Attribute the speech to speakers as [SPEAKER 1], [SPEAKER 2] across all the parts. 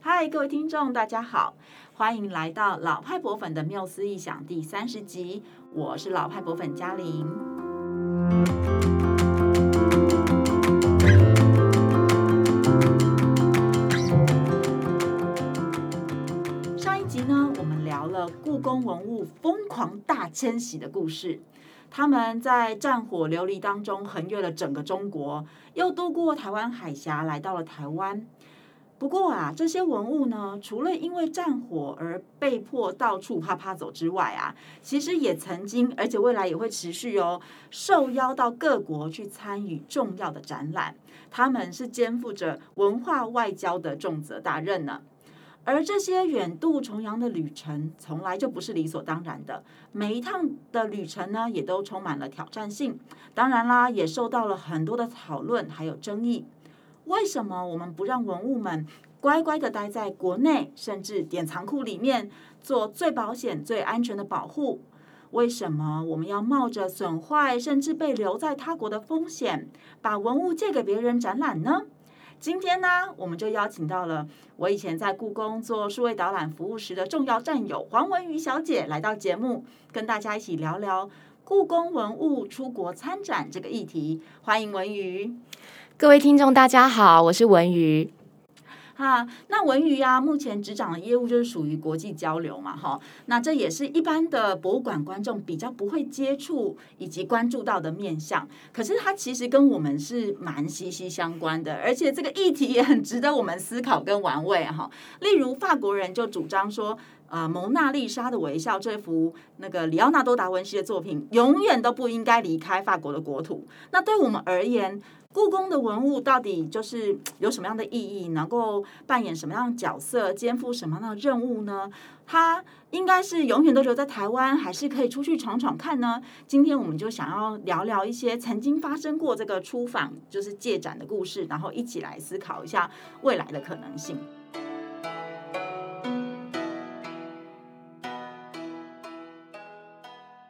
[SPEAKER 1] 嗨，各位听众，大家好，欢迎来到老派博粉的缪斯异想第三十集，我是老派博粉嘉玲。上一集呢，我们聊了故宫文物疯狂大迁徙的故事。他们在战火流离当中横越了整个中国，又渡过台湾海峡，来到了台湾。不过啊，这些文物呢，除了因为战火而被迫到处啪啪走之外啊，其实也曾经，而且未来也会持续哦，受邀到各国去参与重要的展览。他们是肩负着文化外交的重责大任呢。而这些远渡重洋的旅程，从来就不是理所当然的。每一趟的旅程呢，也都充满了挑战性。当然啦，也受到了很多的讨论还有争议。为什么我们不让文物们乖乖的待在国内，甚至典藏库里面做最保险、最安全的保护？为什么我们要冒着损坏甚至被留在他国的风险，把文物借给别人展览呢？今天呢，我们就邀请到了我以前在故宫做数位导览服务时的重要战友黄文瑜小姐来到节目，跟大家一起聊聊故宫文物出国参展这个议题。欢迎文瑜。
[SPEAKER 2] 各位听众，大家好，我是文瑜。
[SPEAKER 1] 哈，那文娱啊，目前执掌的业务就是属于国际交流嘛，哈，那这也是一般的博物馆观众比较不会接触以及关注到的面向。可是它其实跟我们是蛮息息相关的，而且这个议题也很值得我们思考跟玩味哈。例如，法国人就主张说。呃，蒙娜丽莎的微笑这幅那个里奥纳多达文西的作品，永远都不应该离开法国的国土。那对我们而言，故宫的文物到底就是嘖有什么样的意义，能够扮演什么样的角色，肩负什么样的任务呢？它应该是永远都留在台湾，还是可以出去闯闯看呢？今天我们就想要聊聊一些曾经发生过这个出访，就是借展的故事，然后一起来思考一下未来的可能性。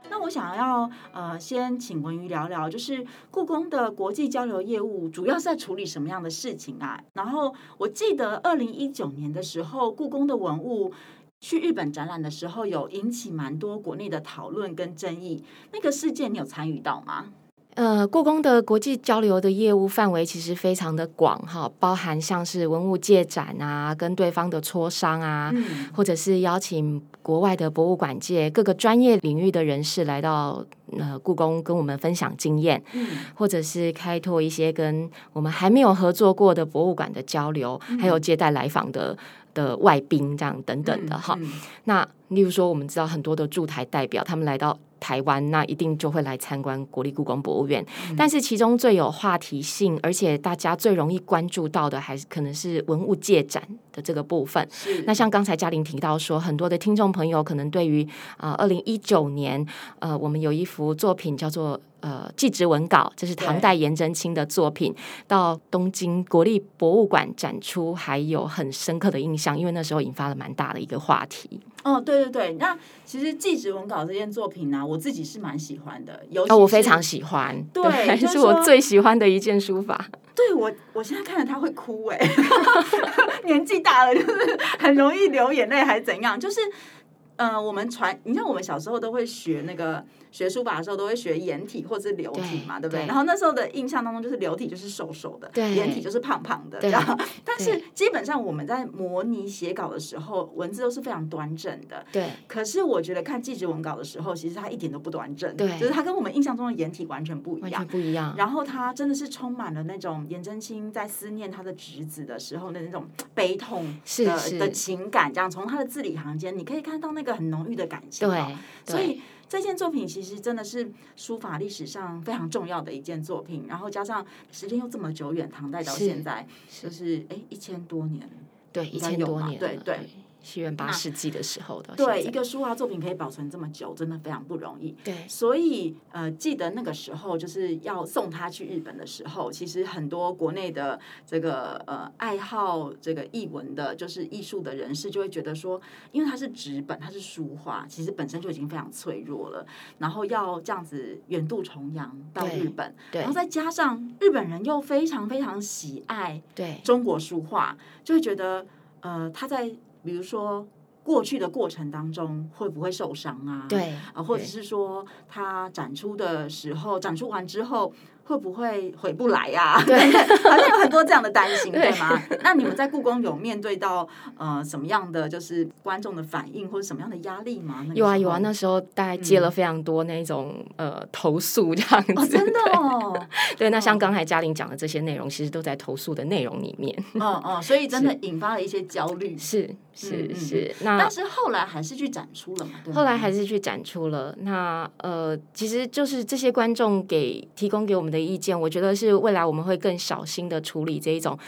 [SPEAKER 1] 那我想要呃，先请文瑜聊聊，就是故宫的国际交流业务主要是在处理什么样的事情啊？然后我记得二零一九年的时候，故宫的文物去日本展览的时候，有引起蛮多国内的讨论跟争议。那个事件你有参与到吗？
[SPEAKER 2] 呃，故宫的国际交流的业务范围其实非常的广哈，包含像是文物借展啊，跟对方的磋商啊，
[SPEAKER 1] 嗯，
[SPEAKER 2] 或者是邀请国外的博物馆界各个专业领域的人士来到呃故宫跟我们分享经验，
[SPEAKER 1] 嗯
[SPEAKER 2] 或者是开拓一些跟我们还没有合作过的博物馆的交流，还有接待来访的的外宾这样等等的哈。
[SPEAKER 1] 嗯
[SPEAKER 2] 那例如说，我们知道很多的驻台代表，他们来到台湾，那一定就会来参观国立故宫博物院。但是其中最有话题性，而且大家最容易关注到的，还是可能是文物借展的这个部分。
[SPEAKER 1] 是
[SPEAKER 2] 那像刚才嘉玲提到说，很多的听众朋友可能对于啊，二零一九年，呃，我们有一幅作品叫做呃《祭侄文稿》，这是唐
[SPEAKER 1] 对
[SPEAKER 2] 代颜真卿的作品，到东京国立博物馆展出，还有很深刻的印象，因为那时候引发了蛮大的一个话题。
[SPEAKER 1] 哦，对对对，那其实《祭侄文稿》这件作品呢、啊我自己是蛮喜欢的，尤其
[SPEAKER 2] 哦，我非
[SPEAKER 1] 是
[SPEAKER 2] 常喜欢，
[SPEAKER 1] 对就是
[SPEAKER 2] 是
[SPEAKER 1] 说
[SPEAKER 2] 我最喜欢的一件书 法。
[SPEAKER 1] 对我，我现在看着他会哭哎、 年纪大了就是 很容易流眼泪，还是怎样？就是，呃，我们传，你像我们小时候都会学那个学书法的时候，都会学颜体或是流体嘛，对
[SPEAKER 2] 对
[SPEAKER 1] 不对？
[SPEAKER 2] 对
[SPEAKER 1] 然后那时候的印象当中，就是流体就是瘦瘦的，
[SPEAKER 2] 对
[SPEAKER 1] 颜体就是胖胖的，这
[SPEAKER 2] 对
[SPEAKER 1] 样。 但是
[SPEAKER 2] 对
[SPEAKER 1] 基本上我们在模拟写稿的时候，文字都是非常端正的。
[SPEAKER 2] 对
[SPEAKER 1] 可是我觉得看记者文稿的时候，其实它一点都不端正，
[SPEAKER 2] 对
[SPEAKER 1] 就是它跟我们印象中的颜体完全不一
[SPEAKER 2] 完
[SPEAKER 1] 样
[SPEAKER 2] 全。不一样。
[SPEAKER 1] 然后他真的是充满了那种颜真卿在思念他的侄子的时候的那种悲痛的
[SPEAKER 2] 是是
[SPEAKER 1] 的情感，这样从他的字里行间，你可以看到那个很浓郁的感情、
[SPEAKER 2] 对
[SPEAKER 1] 哦。，所
[SPEAKER 2] 对
[SPEAKER 1] 以这件作品其实真的是书法历史上非常重要的一件作品，然后加上时间又这么久远，唐代到
[SPEAKER 2] 是
[SPEAKER 1] 现在
[SPEAKER 2] 是
[SPEAKER 1] 就是哎一千多年，
[SPEAKER 2] 对，一
[SPEAKER 1] 该
[SPEAKER 2] 千
[SPEAKER 1] 有
[SPEAKER 2] 多
[SPEAKER 1] 吧
[SPEAKER 2] 年了，
[SPEAKER 1] 对对，
[SPEAKER 2] 西元八
[SPEAKER 1] 那
[SPEAKER 2] 世纪的时候的，
[SPEAKER 1] 对一
[SPEAKER 2] 现在
[SPEAKER 1] 个书画作品可以保存这么久，真的非常不容易。
[SPEAKER 2] 对
[SPEAKER 1] 所以呃，记得那个时候就是要送他去日本的时候，其实很多国内的这个呃爱好这个艺文的，就是艺术的人士就会觉得说，因为它是纸本，它是书画，其实本身就已经非常脆弱了，然后要这样子远渡重洋到
[SPEAKER 2] 对
[SPEAKER 1] 日本，
[SPEAKER 2] 对
[SPEAKER 1] 然后再加上日本人又非常非常喜爱
[SPEAKER 2] 对
[SPEAKER 1] 中国书画，就会觉得。呃，他在比如说过去的过程当中会不会受伤啊？
[SPEAKER 2] 对
[SPEAKER 1] 啊，或者
[SPEAKER 2] 对
[SPEAKER 1] 是说他展出的时候，展出完之后会不会回不来呀、对， 好像有很多这样的担 心，对吗？那你们在故宫有面对到呃什么样的就是观众的反应或者什么样的压力吗？那个
[SPEAKER 2] 有啊
[SPEAKER 1] 时
[SPEAKER 2] 有啊，
[SPEAKER 1] 候嗯
[SPEAKER 2] 那时候大概接了非常多那种、呃投诉这样子，
[SPEAKER 1] 哦，真的 哦，
[SPEAKER 2] 对对。那像刚才嘉玲讲的这些内容，其实都在投诉的内容里面，
[SPEAKER 1] 嗯嗯，所以真的引发了一些焦虑，
[SPEAKER 2] 是是
[SPEAKER 1] 嗯嗯
[SPEAKER 2] 是。那
[SPEAKER 1] 但是后来还是去展出了嘛，对吗
[SPEAKER 2] 啊后来还是去展出了。那呃，其实就是这些观众给提供给我们的意见，我觉得是未来我们会更小心的处理这一种。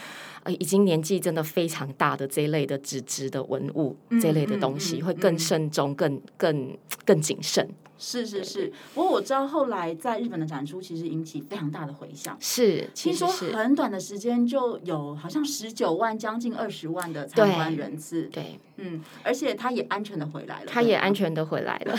[SPEAKER 2] 呃，已经年纪真的非常大的这一类的纸质的文物，这一类的
[SPEAKER 1] 嗯
[SPEAKER 2] 东西、
[SPEAKER 1] 嗯
[SPEAKER 2] 会更
[SPEAKER 1] 嗯
[SPEAKER 2] 慎重、更更更谨慎。
[SPEAKER 1] 是是是，不过我知道后来在日本的展出其实引起非常大的回响。
[SPEAKER 2] 是，其
[SPEAKER 1] 听
[SPEAKER 2] 实
[SPEAKER 1] 说
[SPEAKER 2] 是
[SPEAKER 1] 很短的时间就有好像十九万，将近二十万的参观人次，
[SPEAKER 2] 对，
[SPEAKER 1] 嗯，而且他也安全的回来了，
[SPEAKER 2] 他也安全的回来了，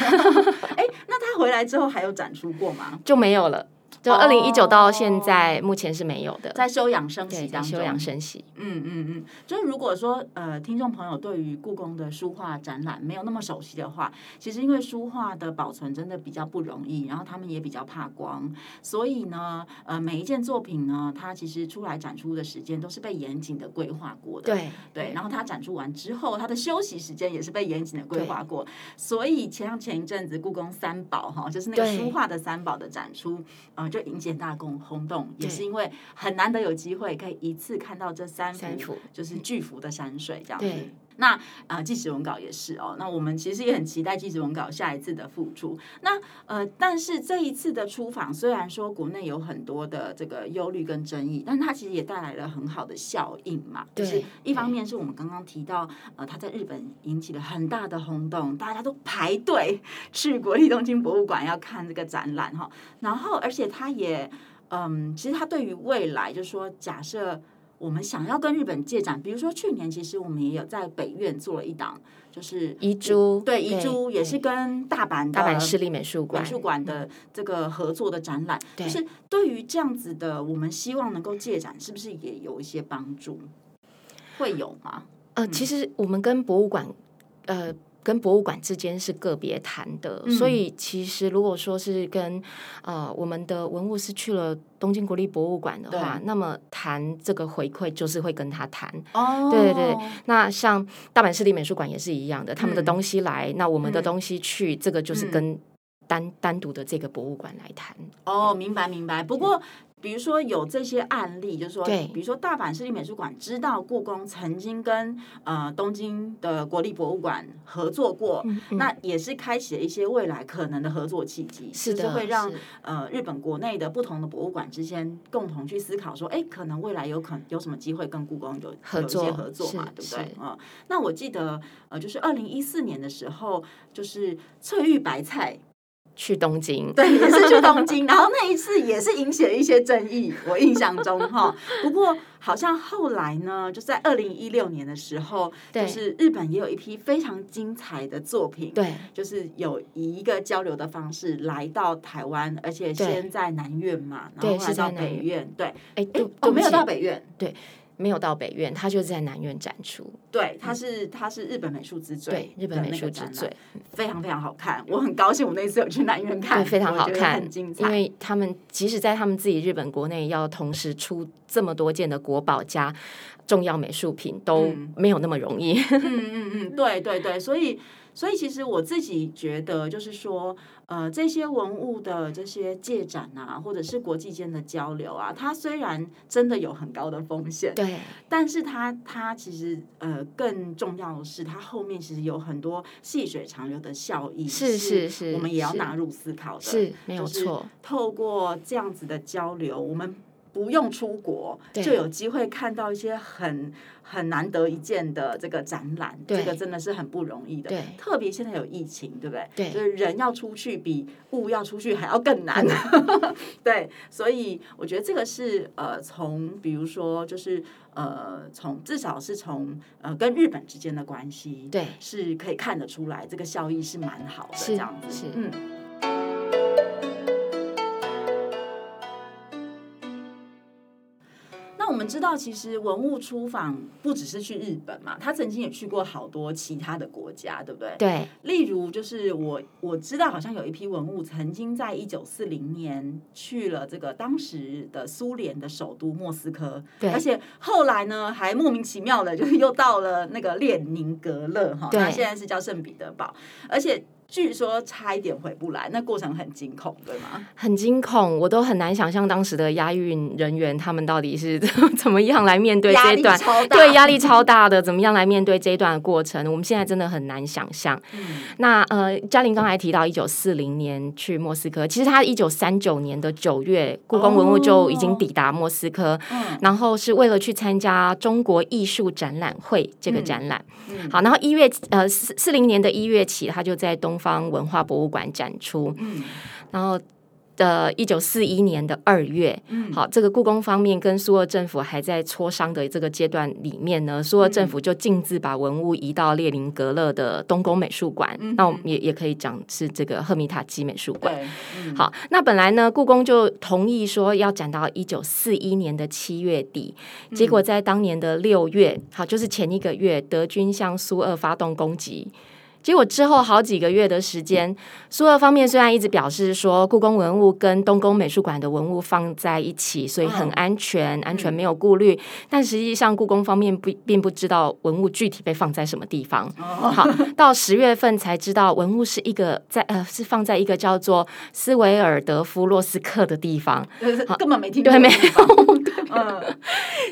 [SPEAKER 1] 哎，那他回来之后还有展出过吗？
[SPEAKER 2] 就没有了。就
[SPEAKER 1] 哦
[SPEAKER 2] 二零一九到现在，目前是没有的。
[SPEAKER 1] 在休养生息
[SPEAKER 2] 对，在
[SPEAKER 1] 当中，
[SPEAKER 2] 休养生息。
[SPEAKER 1] 嗯嗯嗯，就是如果说呃，听众朋友对于故宫的书画展览没有那么熟悉的话，其实因为书画的保存真的比较不容易，然后他们也比较怕光，所以呢，呃，每一件作品呢，它其实出来展出的时间都是被严谨的规划过的。
[SPEAKER 2] 对
[SPEAKER 1] 对，然后它展出完之后，它的休息时间也是被严谨的规划过。所以前像前一阵子故宫三宝哈，就是那个
[SPEAKER 2] 对
[SPEAKER 1] 书画的三宝的展出，呃，就引起很大的轰轰动，也
[SPEAKER 2] 对
[SPEAKER 1] 是因为很难得有机会可以一次看到这三幅
[SPEAKER 2] 三幅
[SPEAKER 1] 就是巨幅的山水这样子
[SPEAKER 2] 对。
[SPEAKER 1] 那啊，纪、实文稿也是哦。那我们其实也很期待纪实文稿下一次的复出。那呃，但是这一次的出访，虽然说国内有很多的这个忧虑跟争议，但它其实也带来了很好的效应嘛。就是
[SPEAKER 2] 对
[SPEAKER 1] 一方面是我们刚刚提到，呃，它在日本引起了很大的轰动，大家都排队去国立东京博物馆要看这个展览哈。然后，而且它也，嗯，其实它对于未来，就是说，假设我们想要跟日本借展，比如说去年其实我们也有在北院做了一档，就是
[SPEAKER 2] 遗珠
[SPEAKER 1] 对遗
[SPEAKER 2] 对
[SPEAKER 1] 珠也是跟大阪的
[SPEAKER 2] 大阪市立美术
[SPEAKER 1] 美
[SPEAKER 2] 馆，
[SPEAKER 1] 术馆的这个合作的展览，就
[SPEAKER 2] 嗯对
[SPEAKER 1] 是对于这样子的，我们希望能够借展，是不是也有一些帮助？会有吗？
[SPEAKER 2] 呃，
[SPEAKER 1] 嗯
[SPEAKER 2] 其实我们跟博物馆，呃，跟博物馆之间是个别谈的，
[SPEAKER 1] 嗯
[SPEAKER 2] 所以其实如果说是跟呃我们的文物是去了东京国立博物馆的话
[SPEAKER 1] 对，
[SPEAKER 2] 那么谈这个回馈就是会跟他谈。
[SPEAKER 1] 哦
[SPEAKER 2] 对对对，那像大阪市立美术馆也是一样的，他们的
[SPEAKER 1] 嗯
[SPEAKER 2] 东西来，那我们的
[SPEAKER 1] 嗯
[SPEAKER 2] 东西去，这个就是
[SPEAKER 1] 嗯
[SPEAKER 2] 跟单、单独的这个博物馆来谈。
[SPEAKER 1] 哦，明白明白。不过，比如说有这些案例，就是说，
[SPEAKER 2] 对
[SPEAKER 1] 比如说大阪市立美术馆知道故宫曾经跟呃东京的国立博物馆合作过，嗯
[SPEAKER 2] 嗯
[SPEAKER 1] 那也是开启了一些未来可能的合作契机，
[SPEAKER 2] 是
[SPEAKER 1] 就是
[SPEAKER 2] 的，
[SPEAKER 1] 会让
[SPEAKER 2] 是
[SPEAKER 1] 呃日本国内的不同的博物馆之间共同去思考说，哎，可能未来有可能有什么机会跟故宫有
[SPEAKER 2] 合
[SPEAKER 1] 有一
[SPEAKER 2] 作
[SPEAKER 1] 些合作嘛，对不
[SPEAKER 2] 是
[SPEAKER 1] 对
[SPEAKER 2] 是？
[SPEAKER 1] 嗯，那我记得呃，就是二零一四年的时候，就是翠玉白菜。
[SPEAKER 2] 去东京。
[SPEAKER 1] 对，也是去东京，然后那一次也是引起了一些争议，我印象中哈。不过好像后来呢，就在二零一六年的时候，就
[SPEAKER 2] 对
[SPEAKER 1] 是日本也有一批非常精彩的作品。
[SPEAKER 2] 对哎
[SPEAKER 1] 就是有以一个交流的方式来到台湾，而且
[SPEAKER 2] 对
[SPEAKER 1] 先在南院嘛，然
[SPEAKER 2] 对
[SPEAKER 1] 后后来
[SPEAKER 2] 是在
[SPEAKER 1] 到
[SPEAKER 2] 南
[SPEAKER 1] 北
[SPEAKER 2] 院
[SPEAKER 1] 院，对，
[SPEAKER 2] 哎，对，
[SPEAKER 1] 我、
[SPEAKER 2] 对
[SPEAKER 1] 哦没
[SPEAKER 2] 不
[SPEAKER 1] 有
[SPEAKER 2] 起
[SPEAKER 1] 到北院，
[SPEAKER 2] 没有到北院，他就是在南院展出。
[SPEAKER 1] 对，它是它是日本美术之最的那
[SPEAKER 2] 嗯对
[SPEAKER 1] 个，展览，
[SPEAKER 2] 日本美术之最，
[SPEAKER 1] 非常非常好看，我很高兴我那次有去南院看，
[SPEAKER 2] 对，非常
[SPEAKER 1] 我
[SPEAKER 2] 好
[SPEAKER 1] 觉得
[SPEAKER 2] 看
[SPEAKER 1] 很精，彩
[SPEAKER 2] 因，为他们即使在他们自己日本国内要同时出这么多件的国宝加重要美术品，都
[SPEAKER 1] 嗯
[SPEAKER 2] 没有那么容易。
[SPEAKER 1] 嗯嗯嗯，对对对，所以所以其实我自己觉得，就是说，呃，这些文物的这些借展啊，或者是国际间的交流啊，它虽然真的有很高的风险，
[SPEAKER 2] 对，
[SPEAKER 1] 但是它它其实呃更重要的是，它后面其实有很多细水长流的效益，
[SPEAKER 2] 是是是
[SPEAKER 1] 我们也要
[SPEAKER 2] 是
[SPEAKER 1] 纳入思考的，
[SPEAKER 2] 是没有
[SPEAKER 1] 就是
[SPEAKER 2] 错。
[SPEAKER 1] 透过这样子的交流，我们不用出国，
[SPEAKER 2] 对
[SPEAKER 1] 就有机会看到一些很很难得一见的这个展览，
[SPEAKER 2] 对
[SPEAKER 1] 这个真的是很不容易的。
[SPEAKER 2] 对
[SPEAKER 1] 特别现在有疫情，对不对？
[SPEAKER 2] 对
[SPEAKER 1] 就是人要出去比物要出去还要更难。 对，所以我觉得这个是呃，从比如说就是呃，从至少是从呃跟日本之间的关系，
[SPEAKER 2] 对
[SPEAKER 1] 是可以看得出来，这个效益是蛮好的，
[SPEAKER 2] 是
[SPEAKER 1] 这样子，
[SPEAKER 2] 是
[SPEAKER 1] 嗯。那我们们知道，其实文物出访不只是去日本嘛，他曾经也去过好多其他的国家，对不对？
[SPEAKER 2] 对，
[SPEAKER 1] 例如，就是我我知道，好像有一批文物曾经在一九四零年去了这个当时的苏联的首都莫斯科，
[SPEAKER 2] 对
[SPEAKER 1] 而且后来呢，还莫名其妙的就是 又到了那个列宁格勒哈，
[SPEAKER 2] 对
[SPEAKER 1] 那现在是叫圣彼得堡，而且据说差一点回不来，那过程很惊恐，对吗？
[SPEAKER 2] 很惊恐，我都很难想象当时的押运人员他们到底是怎么样来面对
[SPEAKER 1] 压
[SPEAKER 2] 这一
[SPEAKER 1] 力
[SPEAKER 2] 段，
[SPEAKER 1] 超大，
[SPEAKER 2] 对压力超大的，怎么样来面对这一段的过程，我们现在真的很难想象。
[SPEAKER 1] 嗯，
[SPEAKER 2] 那呃，嘉玲刚才提到一九四零年去莫斯科，其实他一九三九年的九月，故宫文物就已经抵达莫斯科，
[SPEAKER 1] 嗯
[SPEAKER 2] 然后是为了去参加中国艺术展览会这个
[SPEAKER 1] 嗯
[SPEAKER 2] 展览。
[SPEAKER 1] 嗯
[SPEAKER 2] 好，然后一月呃四四零年的一月起，他就在东方文化博物馆展出，
[SPEAKER 1] 嗯
[SPEAKER 2] 然后。的一九四一年的二月，
[SPEAKER 1] 嗯
[SPEAKER 2] 好，这个故宫方面跟苏俄政府还在磋商的这个阶段里面呢，苏俄政府就径自把文物移到列宁格勒的东宫美术馆，
[SPEAKER 1] 嗯
[SPEAKER 2] 那我们也也可以讲是这个赫米塔基美术馆。
[SPEAKER 1] 对，嗯
[SPEAKER 2] 好，那本来呢，故宫就同意说要展到一九四一年的七月底，
[SPEAKER 1] 嗯
[SPEAKER 2] 结果在当年的六月，好，就是前一个月，德军向苏俄发动攻击。结果之后好几个月的时间，苏俄方面虽然一直表示说故宫文物跟东宫美术馆的文物放在一起，所以很
[SPEAKER 1] 嗯
[SPEAKER 2] 安全，安全没有顾虑，但实际上故宫方面不并不知道文物具体被放在什么地方。
[SPEAKER 1] 哦
[SPEAKER 2] 好，到十月份才知道文物是一个在呃是放在一个叫做斯维尔德夫洛斯克的地方，
[SPEAKER 1] 就是根本没听
[SPEAKER 2] 对
[SPEAKER 1] 过
[SPEAKER 2] 没
[SPEAKER 1] 这个地方，嗯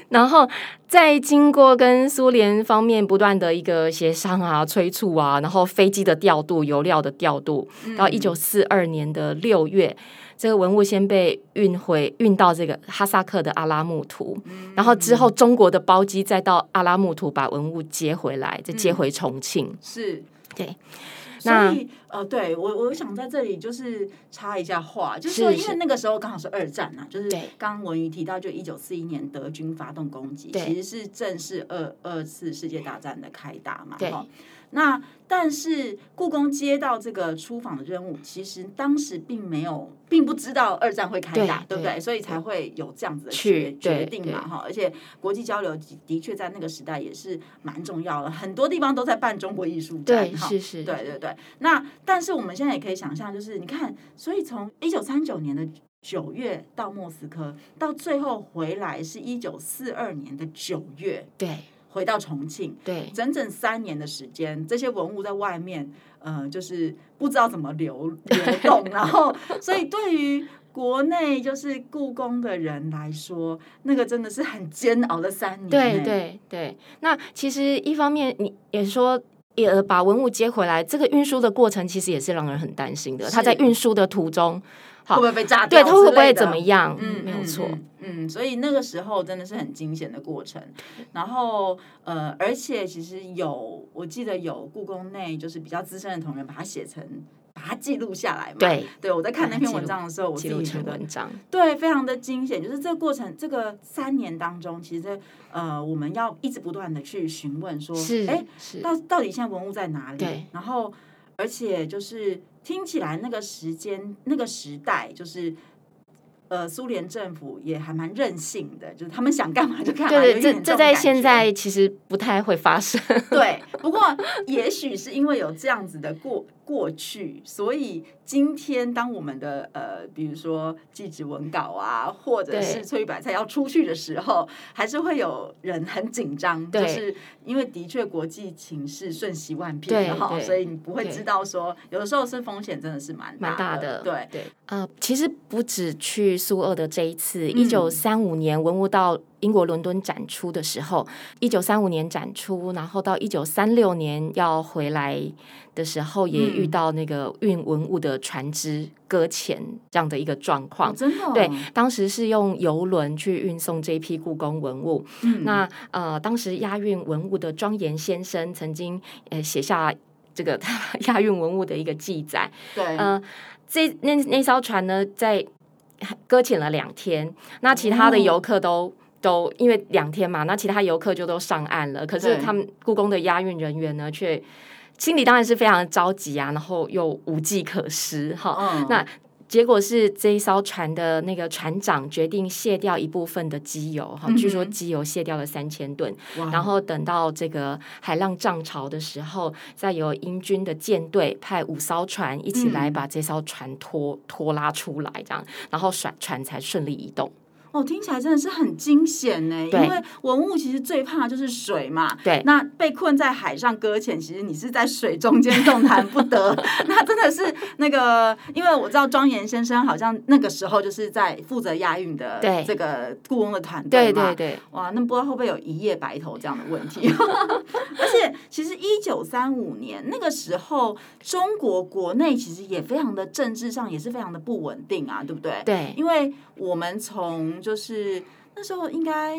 [SPEAKER 2] 然后再经过跟苏联方面不断的一个协商啊、催促啊，然后飞机的调度、油料的调度，到一九四二年的六月。这个文物先被运回运到这个哈萨克的阿拉木图，然后之后中国的包机再到阿拉木图把文物接回来，再接回重庆。
[SPEAKER 1] 是。
[SPEAKER 2] 对，
[SPEAKER 1] 所
[SPEAKER 2] 那
[SPEAKER 1] 以呃，对我我想在这里就是插一下话，就是
[SPEAKER 2] 是
[SPEAKER 1] 说，因
[SPEAKER 2] 是
[SPEAKER 1] 为那个时候刚好是二战呐、就是
[SPEAKER 2] 对
[SPEAKER 1] 刚刚文宇提到，就一九四一年德军发动攻击，
[SPEAKER 2] 对
[SPEAKER 1] 其实是正式二二次世界大战的开打嘛。
[SPEAKER 2] 对
[SPEAKER 1] 齁那但是故宫接到这个出访的任务，其实当时并没有，并不知道二战会开打，
[SPEAKER 2] 对
[SPEAKER 1] 对不对？
[SPEAKER 2] 对
[SPEAKER 1] 所以才会有这样子的
[SPEAKER 2] 去
[SPEAKER 1] 决决
[SPEAKER 2] 对
[SPEAKER 1] 定
[SPEAKER 2] 对
[SPEAKER 1] 嘛，哈。而且国际交流的的确在那个时代也是蛮重要的，很多地方都在办中国艺术展，
[SPEAKER 2] 对，
[SPEAKER 1] 哈。
[SPEAKER 2] 是是，
[SPEAKER 1] 对对对，那但是我们现在也可以想象，就是你看，所以从一九三九年的九月到莫斯科，到最后回来是一九四二年的九月
[SPEAKER 2] 对
[SPEAKER 1] 回到重庆，
[SPEAKER 2] 对
[SPEAKER 1] 整整三年的时间，这些文物在外面，呃，就是不知道怎么流流动，然后，所以对于国内就是故宫的人来说，那个真的是很煎熬的三年欸、
[SPEAKER 2] 对对对。那其实一方面你也说。也呃把文物接回来，这个运输的过程其实也是让人很担心的。
[SPEAKER 1] 是
[SPEAKER 2] 他在运输的途中，
[SPEAKER 1] 会不会被炸掉之
[SPEAKER 2] 对
[SPEAKER 1] 类
[SPEAKER 2] 他
[SPEAKER 1] 的？
[SPEAKER 2] 会不会怎么样？嗯，没有
[SPEAKER 1] 嗯
[SPEAKER 2] 错。
[SPEAKER 1] 嗯嗯，所以那个时候真的是很惊险的过程。然后呃，而且其实有，我记得有故宫内就是比较资深的同仁把它写成，把它记录下来嘛。，
[SPEAKER 2] 对，
[SPEAKER 1] 我在看那
[SPEAKER 2] 把它
[SPEAKER 1] 篇
[SPEAKER 2] 记
[SPEAKER 1] 文
[SPEAKER 2] 录
[SPEAKER 1] 章的时嗯候，我自
[SPEAKER 2] 记录
[SPEAKER 1] 己觉
[SPEAKER 2] 成
[SPEAKER 1] 得
[SPEAKER 2] 文章。
[SPEAKER 1] 对，非常的惊险。就是这个过程，这个三年当中，其实呃，我们要一直不断的去询问说，
[SPEAKER 2] 是
[SPEAKER 1] 哎，
[SPEAKER 2] 是，
[SPEAKER 1] 到到底现在文物在哪里？
[SPEAKER 2] 对
[SPEAKER 1] 然后而且就是听起来那个时间那个时代就是。呃，苏联政府也还蛮任性的，就是他们想干嘛就干嘛。
[SPEAKER 2] 对
[SPEAKER 1] 有
[SPEAKER 2] 对，
[SPEAKER 1] 一
[SPEAKER 2] 这
[SPEAKER 1] 点
[SPEAKER 2] 这
[SPEAKER 1] 种
[SPEAKER 2] 在
[SPEAKER 1] 感
[SPEAKER 2] 现
[SPEAKER 1] 觉
[SPEAKER 2] 在其实不太会发生。
[SPEAKER 1] 对，不过也许是因为有这样子的过过去，所以今天当我们的呃，比如说记者文稿啊，或者
[SPEAKER 2] 对
[SPEAKER 1] 是翠玉白菜要出去的时候，还是会有人很紧张，就
[SPEAKER 2] 对
[SPEAKER 1] 是因为的确国际情势瞬息万
[SPEAKER 2] 对
[SPEAKER 1] 变哈，
[SPEAKER 2] 对
[SPEAKER 1] 所以你不会
[SPEAKER 2] 对
[SPEAKER 1] 知道说，有的时候是风险真的是蛮
[SPEAKER 2] 蛮大
[SPEAKER 1] 的，
[SPEAKER 2] 的
[SPEAKER 1] 对，
[SPEAKER 2] 对，呃，其实不止去苏俄的这一次，
[SPEAKER 1] 嗯
[SPEAKER 2] 一九三五年文物到英国伦敦展出的时候，一九三五年展出，然后到一九三六年要回来的时候，也
[SPEAKER 1] 嗯
[SPEAKER 2] 遇到那个运文物的船只搁浅这样的一个状况。
[SPEAKER 1] 哦真的哦、
[SPEAKER 2] 对，当时是用游轮去运送这一批故宫文物。
[SPEAKER 1] 嗯
[SPEAKER 2] 那呃，当时押运文物的庄严先生曾经呃写下这个 他押运文物的一个记载。
[SPEAKER 1] 对，
[SPEAKER 2] 呃，这那那艘船呢，在搁浅了两天，那其他的
[SPEAKER 1] 哦
[SPEAKER 2] 游客都。都因为两天嘛，那其他游客就都上岸了。可
[SPEAKER 1] 对
[SPEAKER 2] 是他们故宫的押运人员呢，却心里当然是非常的着急啊，然后又无计可施哈。
[SPEAKER 1] 嗯
[SPEAKER 2] 那结果是这一艘船的那个船长决定卸掉一部分的机油哈，据说
[SPEAKER 1] 嗯哼
[SPEAKER 2] 机油卸掉了三千吨，
[SPEAKER 1] 哇
[SPEAKER 2] 然后等到这个海浪涨潮的时候，再由英军的舰队派五艘船一起来
[SPEAKER 1] 嗯
[SPEAKER 2] 把这艘船拖拖拉出来，这样，然后船船才顺利移动。
[SPEAKER 1] 哦，听起来真的是很惊险呢，因
[SPEAKER 2] 对
[SPEAKER 1] 为文物其实最怕的就是水嘛。
[SPEAKER 2] 对
[SPEAKER 1] 那被困在海上搁浅，其实你是在水中间动弹不得， 那真的是那个，因为我知道庄严先生好像那个时候就是在负责押运的
[SPEAKER 2] 对
[SPEAKER 1] 这个雇翁的团队
[SPEAKER 2] 对
[SPEAKER 1] 嘛。
[SPEAKER 2] 对对，
[SPEAKER 1] 哇，那不知道会不会有一夜白头这样的问题？ 而且，其实一九三五年那个时候，中国国内其实也非常的政治上也是非常的不稳定啊，对不对？
[SPEAKER 2] 对
[SPEAKER 1] 因为我们从就是那时候应该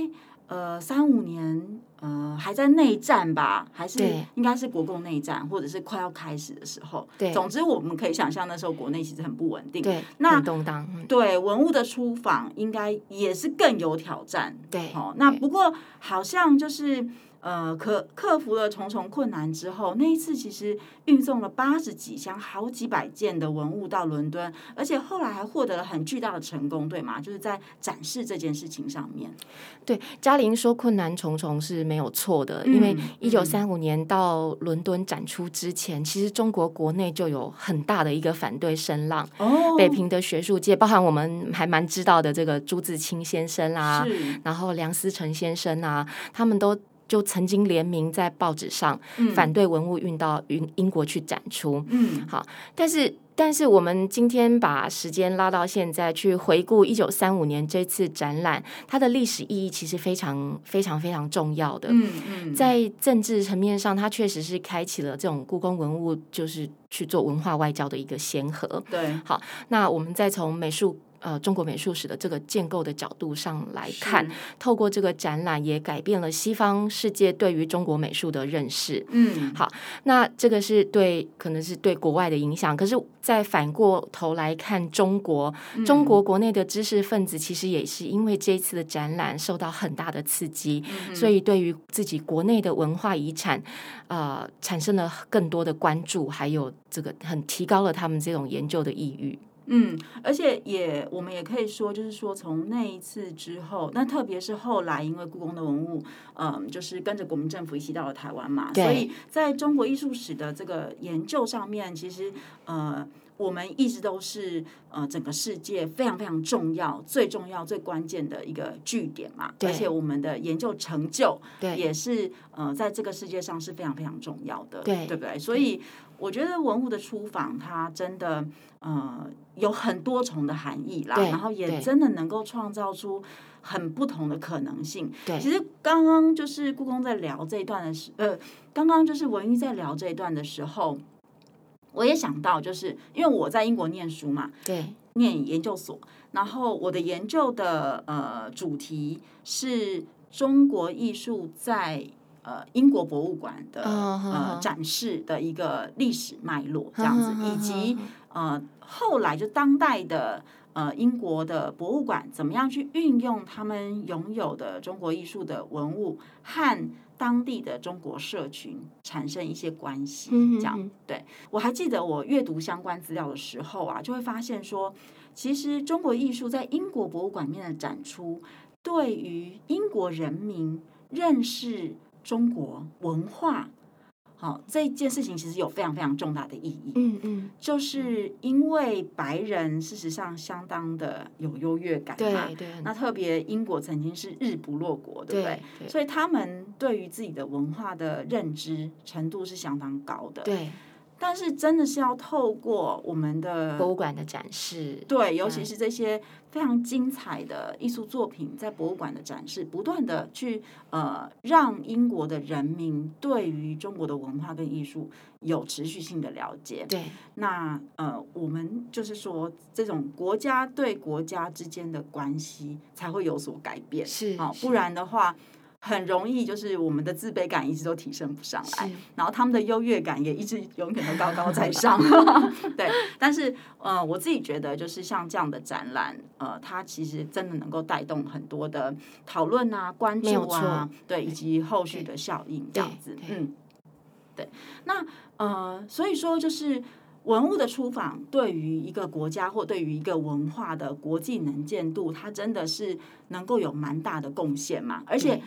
[SPEAKER 1] 呃三五年呃还在内战吧，还是
[SPEAKER 2] 对
[SPEAKER 1] 应该是国共内战或者是快要开始的时候。
[SPEAKER 2] 对
[SPEAKER 1] 总之我们可以想象那时候国内其实很不稳定。
[SPEAKER 2] 对，
[SPEAKER 1] 那
[SPEAKER 2] 很动荡，嗯
[SPEAKER 1] 对文物的出访应该也是更有挑战。
[SPEAKER 2] 对
[SPEAKER 1] 哦，那
[SPEAKER 2] 对
[SPEAKER 1] 不过好像就是。呃，克克服了重重困难之后，那一次其实运送了八十几箱、好几百件的文物到伦敦，而且后来还获得了很巨大的成功，对吗？就是在展示这件事情上面。
[SPEAKER 2] 对，嘉玲说困难重重是没有错的，因为
[SPEAKER 1] 嗯
[SPEAKER 2] 一九三五年到伦敦展出之前，其实中国国内就有很大的一个反对声浪。
[SPEAKER 1] 哦
[SPEAKER 2] 北平的学术界，包含我们还蛮知道的这个朱自清先生啊啦、
[SPEAKER 1] 是
[SPEAKER 2] 然后梁思成先生啊，他们都就曾经联名在报纸上
[SPEAKER 1] 嗯
[SPEAKER 2] 反对文物运到英英国去展出。
[SPEAKER 1] 嗯
[SPEAKER 2] 但是，但是我们今天把时间拉到现在去回顾一九三五年这次展览，它的历史意义其实非常非常非常重要的。
[SPEAKER 1] 嗯嗯，
[SPEAKER 2] 在政治层面上，它确实是开启了这种故宫文物就是去做文化外交的一个先河。
[SPEAKER 1] 对
[SPEAKER 2] 那我们再从美术呃中国美术史的这个建构的角度上来看，
[SPEAKER 1] 是，
[SPEAKER 2] 透过这个展览也改变了西方世界对于中国美术的认识。
[SPEAKER 1] 嗯
[SPEAKER 2] 那这个是对，可能是对国外的影响。可是，再反过头来看中国，中国国内的知识分子其实也是因为这一次的展览受到很大的刺激，所以对于自己国内的文化遗产，呃，产生了更多的关注，还有这个很提高了他们这种研究的意欲。
[SPEAKER 1] 嗯，而且也我们也可以说，就是说从那一次之后，那特别是后来，因为故宫的文物，嗯，就是跟着国民政府一起到了台湾嘛，
[SPEAKER 2] 对
[SPEAKER 1] 所以在中国艺术史的这个研究上面，其实呃。我们一直都是呃，整个世界非常非常重要、最重要、最关键的一个据点嘛，
[SPEAKER 2] 对
[SPEAKER 1] 而且我们的研究成就
[SPEAKER 2] 对
[SPEAKER 1] 也是呃，在这个世界上是非常非常重要的，
[SPEAKER 2] 对
[SPEAKER 1] 对不对？所以我觉得文物的出访，它真的呃有很多重的含义啦，
[SPEAKER 2] 对
[SPEAKER 1] 然后也
[SPEAKER 2] 对
[SPEAKER 1] 真的能够创造出很不同的可能性。
[SPEAKER 2] 对
[SPEAKER 1] 其实刚刚就是故宫在聊这一段的时，呃，刚刚就是文玉在聊这一段的时候，我也想到，就是因为我在英国念书嘛，
[SPEAKER 2] 对
[SPEAKER 1] 念研究所，然后我的研究的呃主题是中国艺术在呃英国博物馆的、
[SPEAKER 2] 哦好
[SPEAKER 1] 呃
[SPEAKER 2] 好
[SPEAKER 1] 展示的一个历史脉络这样子，以及
[SPEAKER 2] 嗯
[SPEAKER 1] 呃后来就当代的。呃，英国的博物馆怎么样去运用他们拥有的中国艺术的文物和当地的中国社群产生一些关系？
[SPEAKER 2] 嗯
[SPEAKER 1] 这样
[SPEAKER 2] 嗯
[SPEAKER 1] 我还记得我阅读相关资料的时候啊，就会发现说，其实中国艺术在英国博物馆里面的展出，对于英国人民认识中国文化，好、这件事情其实有非常非常重大的意义。
[SPEAKER 2] 嗯嗯，
[SPEAKER 1] 就是因为白人事实上相当的有优越感嘛，
[SPEAKER 2] 对对
[SPEAKER 1] 那特别英国曾经是日不落国，对不对？
[SPEAKER 2] 对
[SPEAKER 1] 所以他们对于自己的文化的认知程度是相当高的。
[SPEAKER 2] 对，
[SPEAKER 1] 但是真的是要透过我们的
[SPEAKER 2] 博物馆的展示，
[SPEAKER 1] 嗯对，尤其是这些非常精彩的艺术作品在博物馆的展示，不断的去呃让英国的人民对于中国的文化跟艺术有持续性的了解。
[SPEAKER 2] 对
[SPEAKER 1] 那呃，我们就是说这种国家对国家之间的关系才会有所改变，
[SPEAKER 2] 是
[SPEAKER 1] 好、
[SPEAKER 2] 是
[SPEAKER 1] 不然的话。很容易就是我们的自卑感一直都提升不上来
[SPEAKER 2] 是，
[SPEAKER 1] 然后他们的优越感也一直永远都高高在 上。对，但是呃，我自己觉得就是像这样的展览，呃，它其实真的能够带动很多的讨论啊、关
[SPEAKER 2] 没有
[SPEAKER 1] 注啊
[SPEAKER 2] 错，
[SPEAKER 1] 对，以及后续的效应这样子。
[SPEAKER 2] 对
[SPEAKER 1] 嗯，对。那呃，所以说就是文物的出访对于一个国家或对于一个文化的国际能见度，它真的是能够有蛮大的贡献嘛？而且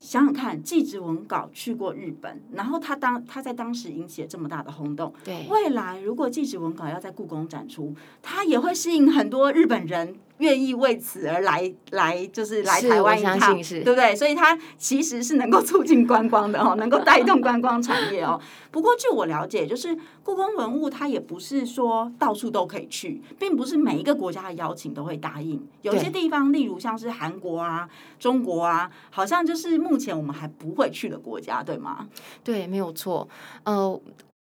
[SPEAKER 1] 想想看，纪直文稿去过日本，然后他当他在当时引起了这么大的轰动。
[SPEAKER 2] 对，
[SPEAKER 1] 未来如果纪实文稿要在故宫展出，它也会吸引很多日本人愿意为此而来来，就是来
[SPEAKER 2] 是
[SPEAKER 1] 台湾
[SPEAKER 2] 我
[SPEAKER 1] 一
[SPEAKER 2] 相
[SPEAKER 1] 趟，
[SPEAKER 2] 信是
[SPEAKER 1] 对不对？所以它其实是能够促进观光的哦，能够带动观光产 业哦。不过据我了解，就是故宫文物它也不是说到处都可以去，并不是每一个国家的邀请都会答应。有一些地方，例如像是韩国啊、中国啊，好像就是目前我们还不会去的国家，对吗？
[SPEAKER 2] 对，没有错。呃，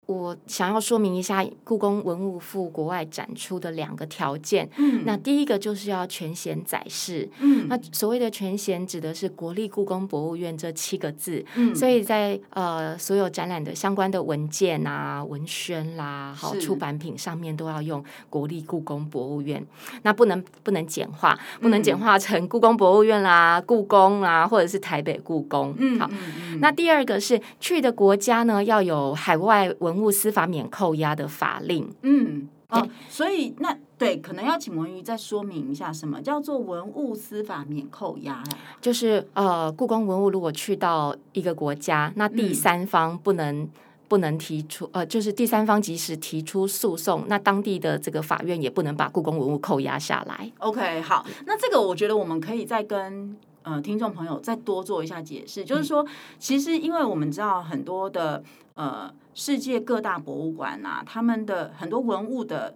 [SPEAKER 2] 我想要说明一下故宫文物赴国外展出的两个条件。
[SPEAKER 1] 嗯
[SPEAKER 2] 那第一个就是要全衔载式，
[SPEAKER 1] 嗯
[SPEAKER 2] 那所谓的全衔指的是国立故宫博物院这七个字。
[SPEAKER 1] 嗯
[SPEAKER 2] 所以在呃所有展览的相关的文件啊、文宣啦、好
[SPEAKER 1] 是
[SPEAKER 2] 出版品上面都要用国立故宫博物院，那不能不能简化，不能简
[SPEAKER 1] 嗯
[SPEAKER 2] 化成故宫博物院啦、故宫啦，或者是台北故宫。
[SPEAKER 1] 嗯，
[SPEAKER 2] 好，
[SPEAKER 1] 嗯，
[SPEAKER 2] 那第二个是去的国家呢，要有海外文物司法免扣押的法令。
[SPEAKER 1] 嗯，哦，所以那对，可能要请文瑜再说明一下，什么叫做文物司法免扣押啊呀、
[SPEAKER 2] 就是呃，故宫文物如果去到一个国家，那第
[SPEAKER 1] 嗯
[SPEAKER 2] 三方不能、不能提出呃，就是第三方即使提出诉讼，那当地的这个法院也不能把故宫文物扣押下来。
[SPEAKER 1] o k 好，那这个我觉得我们可以再跟。呃，听众朋友再多做一下解释，就是说，其实因为我们知道很多的呃世界各大博物馆啊，他们的很多文物的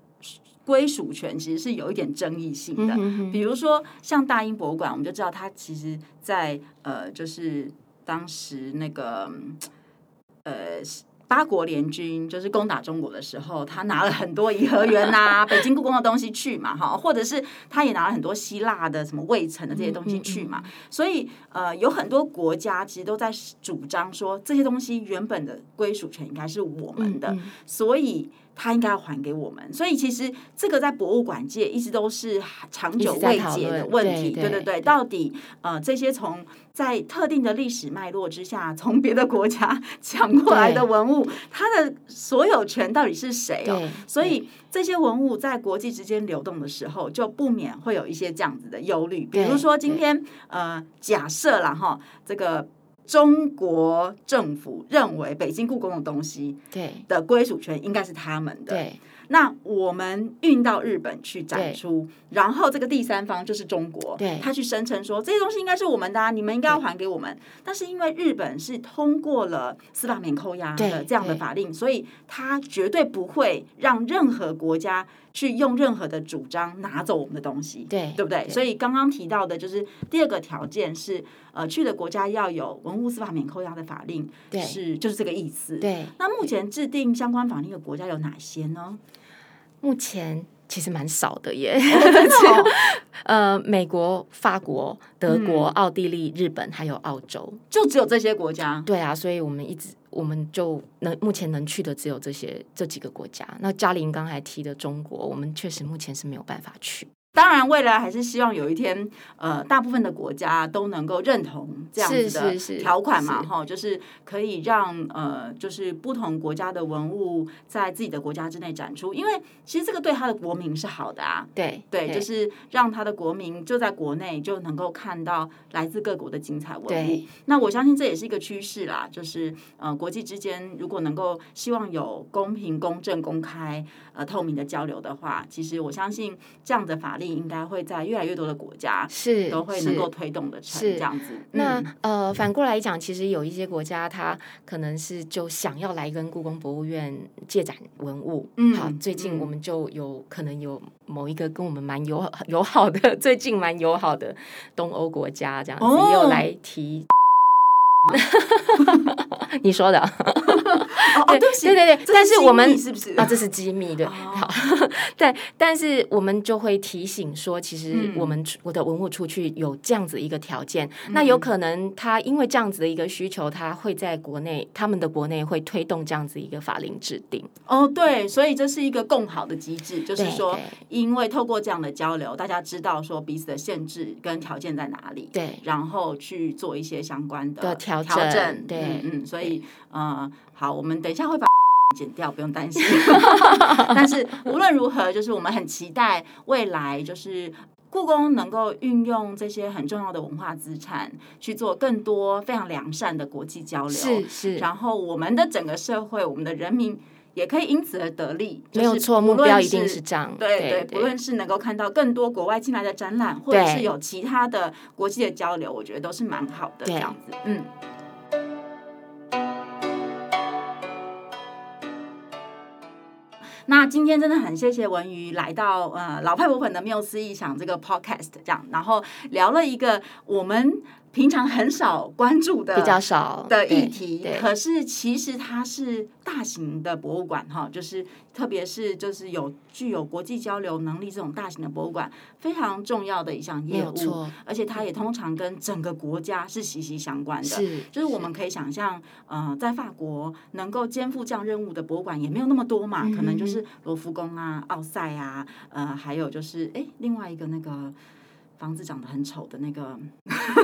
[SPEAKER 1] 归属权其实是有一点争议性的。
[SPEAKER 2] 嗯
[SPEAKER 1] 比如说像大英博物馆，我们就知道它其实在呃，就是当时那个嗯呃。八国联军就是攻打中国的时候，他拿了很多颐和园呐、北京故宫的东西去嘛，哈，或者是他也拿了很多希腊的什么卫城的这些东西去嘛，所以呃，有很多国家其实都在主张说，这些东西原本的归属权应该是我们
[SPEAKER 2] 嗯
[SPEAKER 1] 的，所以他应该要还给我们。所以其实这个在博物馆界一直都是长久
[SPEAKER 2] 一直在
[SPEAKER 1] 未
[SPEAKER 2] 讨
[SPEAKER 1] 解的
[SPEAKER 2] 论
[SPEAKER 1] 问
[SPEAKER 2] 对
[SPEAKER 1] 题，对
[SPEAKER 2] 对
[SPEAKER 1] 对，到底呃这些从在特定的历史脉络之下，从别的国家抢过来的
[SPEAKER 2] 对
[SPEAKER 1] 文物，它的所有权到底是谁哦？
[SPEAKER 2] 对，
[SPEAKER 1] 所以这些文物在国际之间流动的时候，就不免会有一些这样子的忧虑。比如
[SPEAKER 2] 对
[SPEAKER 1] 说今
[SPEAKER 2] 对
[SPEAKER 1] 天，呃，假设啦哈，这个中国政府认为北京故宫的东西
[SPEAKER 2] 对
[SPEAKER 1] 的归属权应该是他们的。
[SPEAKER 2] 对
[SPEAKER 1] 那我们运到日本去展出，然后这个第三方就是中国，
[SPEAKER 2] 对
[SPEAKER 1] 他去声称说这些东西应该是我们的、啊，你们应该要还给我们。但是因为日本是通过了司法免扣押的
[SPEAKER 2] 对
[SPEAKER 1] 这样的
[SPEAKER 2] 对
[SPEAKER 1] 法令，所以他绝对不会让任何国家去用任何的主张拿走我们的东西。
[SPEAKER 2] 对
[SPEAKER 1] 对不对？
[SPEAKER 2] 对
[SPEAKER 1] 所以刚刚提到的就是第二个条件是，呃，去的国家要有文物司法免扣押的法令，
[SPEAKER 2] 对
[SPEAKER 1] 是就是这个意思。
[SPEAKER 2] 对。
[SPEAKER 1] 那目前制定相关法令的国家有哪些呢？
[SPEAKER 2] 目前其实蛮少的耶，
[SPEAKER 1] 真的哦
[SPEAKER 2] 呃，美国、法国、德国、
[SPEAKER 1] 嗯
[SPEAKER 2] 奥地利、日本还有澳洲。
[SPEAKER 1] 就只有这些国家。
[SPEAKER 2] 对啊，所以我们一直我们就能目前能去的只有这些这几个国家。那嘉玲刚才提的中国，我们确实目前是没有办法去。
[SPEAKER 1] 当然，未来还是希望有一天，呃，大部分的国家都能够认同这样子
[SPEAKER 2] 是是
[SPEAKER 1] 的
[SPEAKER 2] 是
[SPEAKER 1] 条款嘛，
[SPEAKER 2] 是
[SPEAKER 1] 哈，就是可以让呃，就是不同国家的文物在自己的国家之内展出，因为其实这个对他的国民是好的啊。
[SPEAKER 2] 对
[SPEAKER 1] 对，就是让他的国民就在国内就能够看到来自各国的精彩文物
[SPEAKER 2] 对。
[SPEAKER 1] 那我相信这也是一个趋势啦，就是呃，国际之间如果能够希望有公平、公正、公开、呃透明的交流的话，其实我相信这样的法令应该会在越来越多的国家
[SPEAKER 2] 是
[SPEAKER 1] 都会
[SPEAKER 2] 是
[SPEAKER 1] 能够推动的成
[SPEAKER 2] 是
[SPEAKER 1] 这样子。
[SPEAKER 2] 那
[SPEAKER 1] 嗯
[SPEAKER 2] 呃，反过来讲，其实有一些国家，它可能是就想要来跟故宫博物院借展文物。
[SPEAKER 1] 嗯
[SPEAKER 2] 好，最
[SPEAKER 1] 嗯
[SPEAKER 2] 近我们就有可能有某一个跟我们蛮友好友好的， 最近蛮友好的东欧国家这样子，
[SPEAKER 1] 哦
[SPEAKER 2] 也有来提。 你说的，
[SPEAKER 1] 哦哦，对不起，
[SPEAKER 2] 对对对
[SPEAKER 1] 这是
[SPEAKER 2] 但是
[SPEAKER 1] 机
[SPEAKER 2] 我们
[SPEAKER 1] 密是哦不是
[SPEAKER 2] 啊，这是机密对，好， 对，但是我们就会提醒说，其实
[SPEAKER 1] 嗯
[SPEAKER 2] 我们出我的文物出去有这样子一个条件，那
[SPEAKER 1] 嗯
[SPEAKER 2] 有可能他因为这样子的一个需求，他会在国内他们的国内会推动这样子一个法令制定，
[SPEAKER 1] 哦，对，所以这是一个共好的机制，就是
[SPEAKER 2] 对
[SPEAKER 1] 说
[SPEAKER 2] 对，
[SPEAKER 1] 因为透过这样的交流，大家知道说彼此的限制跟条件在哪里，
[SPEAKER 2] 对
[SPEAKER 1] 然后去做一些相关的
[SPEAKER 2] 的调
[SPEAKER 1] 调
[SPEAKER 2] 整
[SPEAKER 1] 整，
[SPEAKER 2] 对
[SPEAKER 1] 嗯嗯，所以呃，好，我们等一下会把 剪掉，不用担 心。但是无论如何，就是我们很期待未来，就是故宫能够运用这些很重要的文化资产，去做更多非常良善的国际交流。
[SPEAKER 2] 是是，
[SPEAKER 1] 然后我们的整个社会，我们的人民也可以因此而得利。
[SPEAKER 2] 没有
[SPEAKER 1] 就是
[SPEAKER 2] 错，
[SPEAKER 1] 不
[SPEAKER 2] 目
[SPEAKER 1] 论
[SPEAKER 2] 标一定是这样。
[SPEAKER 1] 对
[SPEAKER 2] 对
[SPEAKER 1] 对，不论是能够看到更多国外进来的展览，或者
[SPEAKER 2] 对
[SPEAKER 1] 是有其他的国际的交流，我觉得都是蛮好的这
[SPEAKER 2] 对
[SPEAKER 1] 样子。嗯。那今天真的很谢谢文瑜来到呃老派博粉的缪斯异想这个 podcast 这样，然后聊了一个我们平常很少关注的
[SPEAKER 2] 比较少
[SPEAKER 1] 的
[SPEAKER 2] 对
[SPEAKER 1] 议题
[SPEAKER 2] 对，
[SPEAKER 1] 可是其实它是大型的博物馆哈，就是特别是就是有具有国际交流能力这种大型的博物馆非常重要的一项
[SPEAKER 2] 没
[SPEAKER 1] 业
[SPEAKER 2] 有
[SPEAKER 1] 务，
[SPEAKER 2] 错，
[SPEAKER 1] 而且它也通常跟整个国家是息息相关的。
[SPEAKER 2] 是
[SPEAKER 1] 就是我们可以想象，呃，在法国能够肩负这样任务的博物馆也没有那么多嘛，可
[SPEAKER 2] 嗯
[SPEAKER 1] 能就是罗浮宫啊、奥赛啊，呃，还有就是哎，另外一个那个房子长得很丑的那个，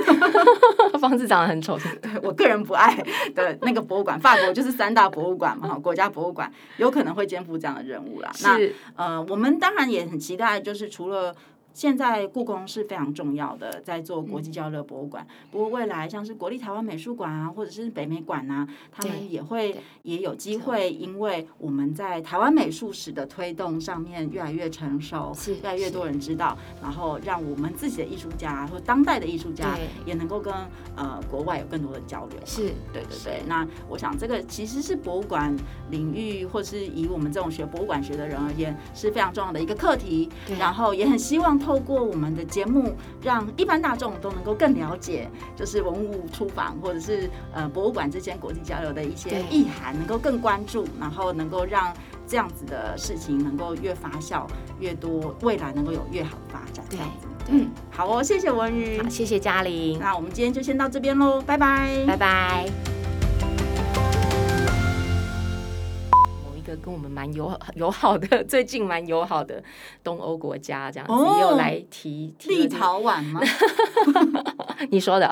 [SPEAKER 2] 房子长得很丑，是不是
[SPEAKER 1] 我个人不爱的那个博物馆，法国就是三大博物馆嘛，哈，国家博物馆有可能会肩负这样的任务啦。那
[SPEAKER 2] 是
[SPEAKER 1] 呃，我们当然也很期待，就是除了。现在故宫是非常重要的，在做国
[SPEAKER 2] 嗯
[SPEAKER 1] 际交流博物馆。不过未来像是国立台湾美术馆啊，或者是北美馆啊，他
[SPEAKER 2] 对
[SPEAKER 1] 们也会
[SPEAKER 2] 对
[SPEAKER 1] 也有机会，因为我们在台湾美术史的推动上面越来越成熟，
[SPEAKER 2] 是
[SPEAKER 1] 越来越
[SPEAKER 2] 是
[SPEAKER 1] 多人知道，然后让我们自己的艺术家或当代的艺术家
[SPEAKER 2] 对
[SPEAKER 1] 也能够跟呃国外有更多的交流。
[SPEAKER 2] 是，
[SPEAKER 1] 对对对，那我想这个其实是博物馆领域，或是以我们这种学博物馆学的人而言，是非常重要的一个课题。
[SPEAKER 2] 对
[SPEAKER 1] 然后也很希望透过我们的节目，让一般大众都能够更了解，就是文物出访或者是呃博物馆之间国际交流的一些
[SPEAKER 2] 对
[SPEAKER 1] 意涵，能够更关注，然后能够让这样子的事情能够越发酵越多，未来能够有越好的发展。这
[SPEAKER 2] 对
[SPEAKER 1] 样子，
[SPEAKER 2] 对
[SPEAKER 1] 嗯，，好哦，谢谢文瑜
[SPEAKER 2] 好，。谢谢嘉玲，
[SPEAKER 1] 那我们今天就先到这边喽，拜拜
[SPEAKER 2] 拜拜。某一个跟我们蛮友好友好的，最近蛮友好的东欧国家这样子，
[SPEAKER 1] 哦
[SPEAKER 2] 也有来提提了
[SPEAKER 1] 立
[SPEAKER 2] 这个
[SPEAKER 1] 陶宛吗？
[SPEAKER 2] 你说的，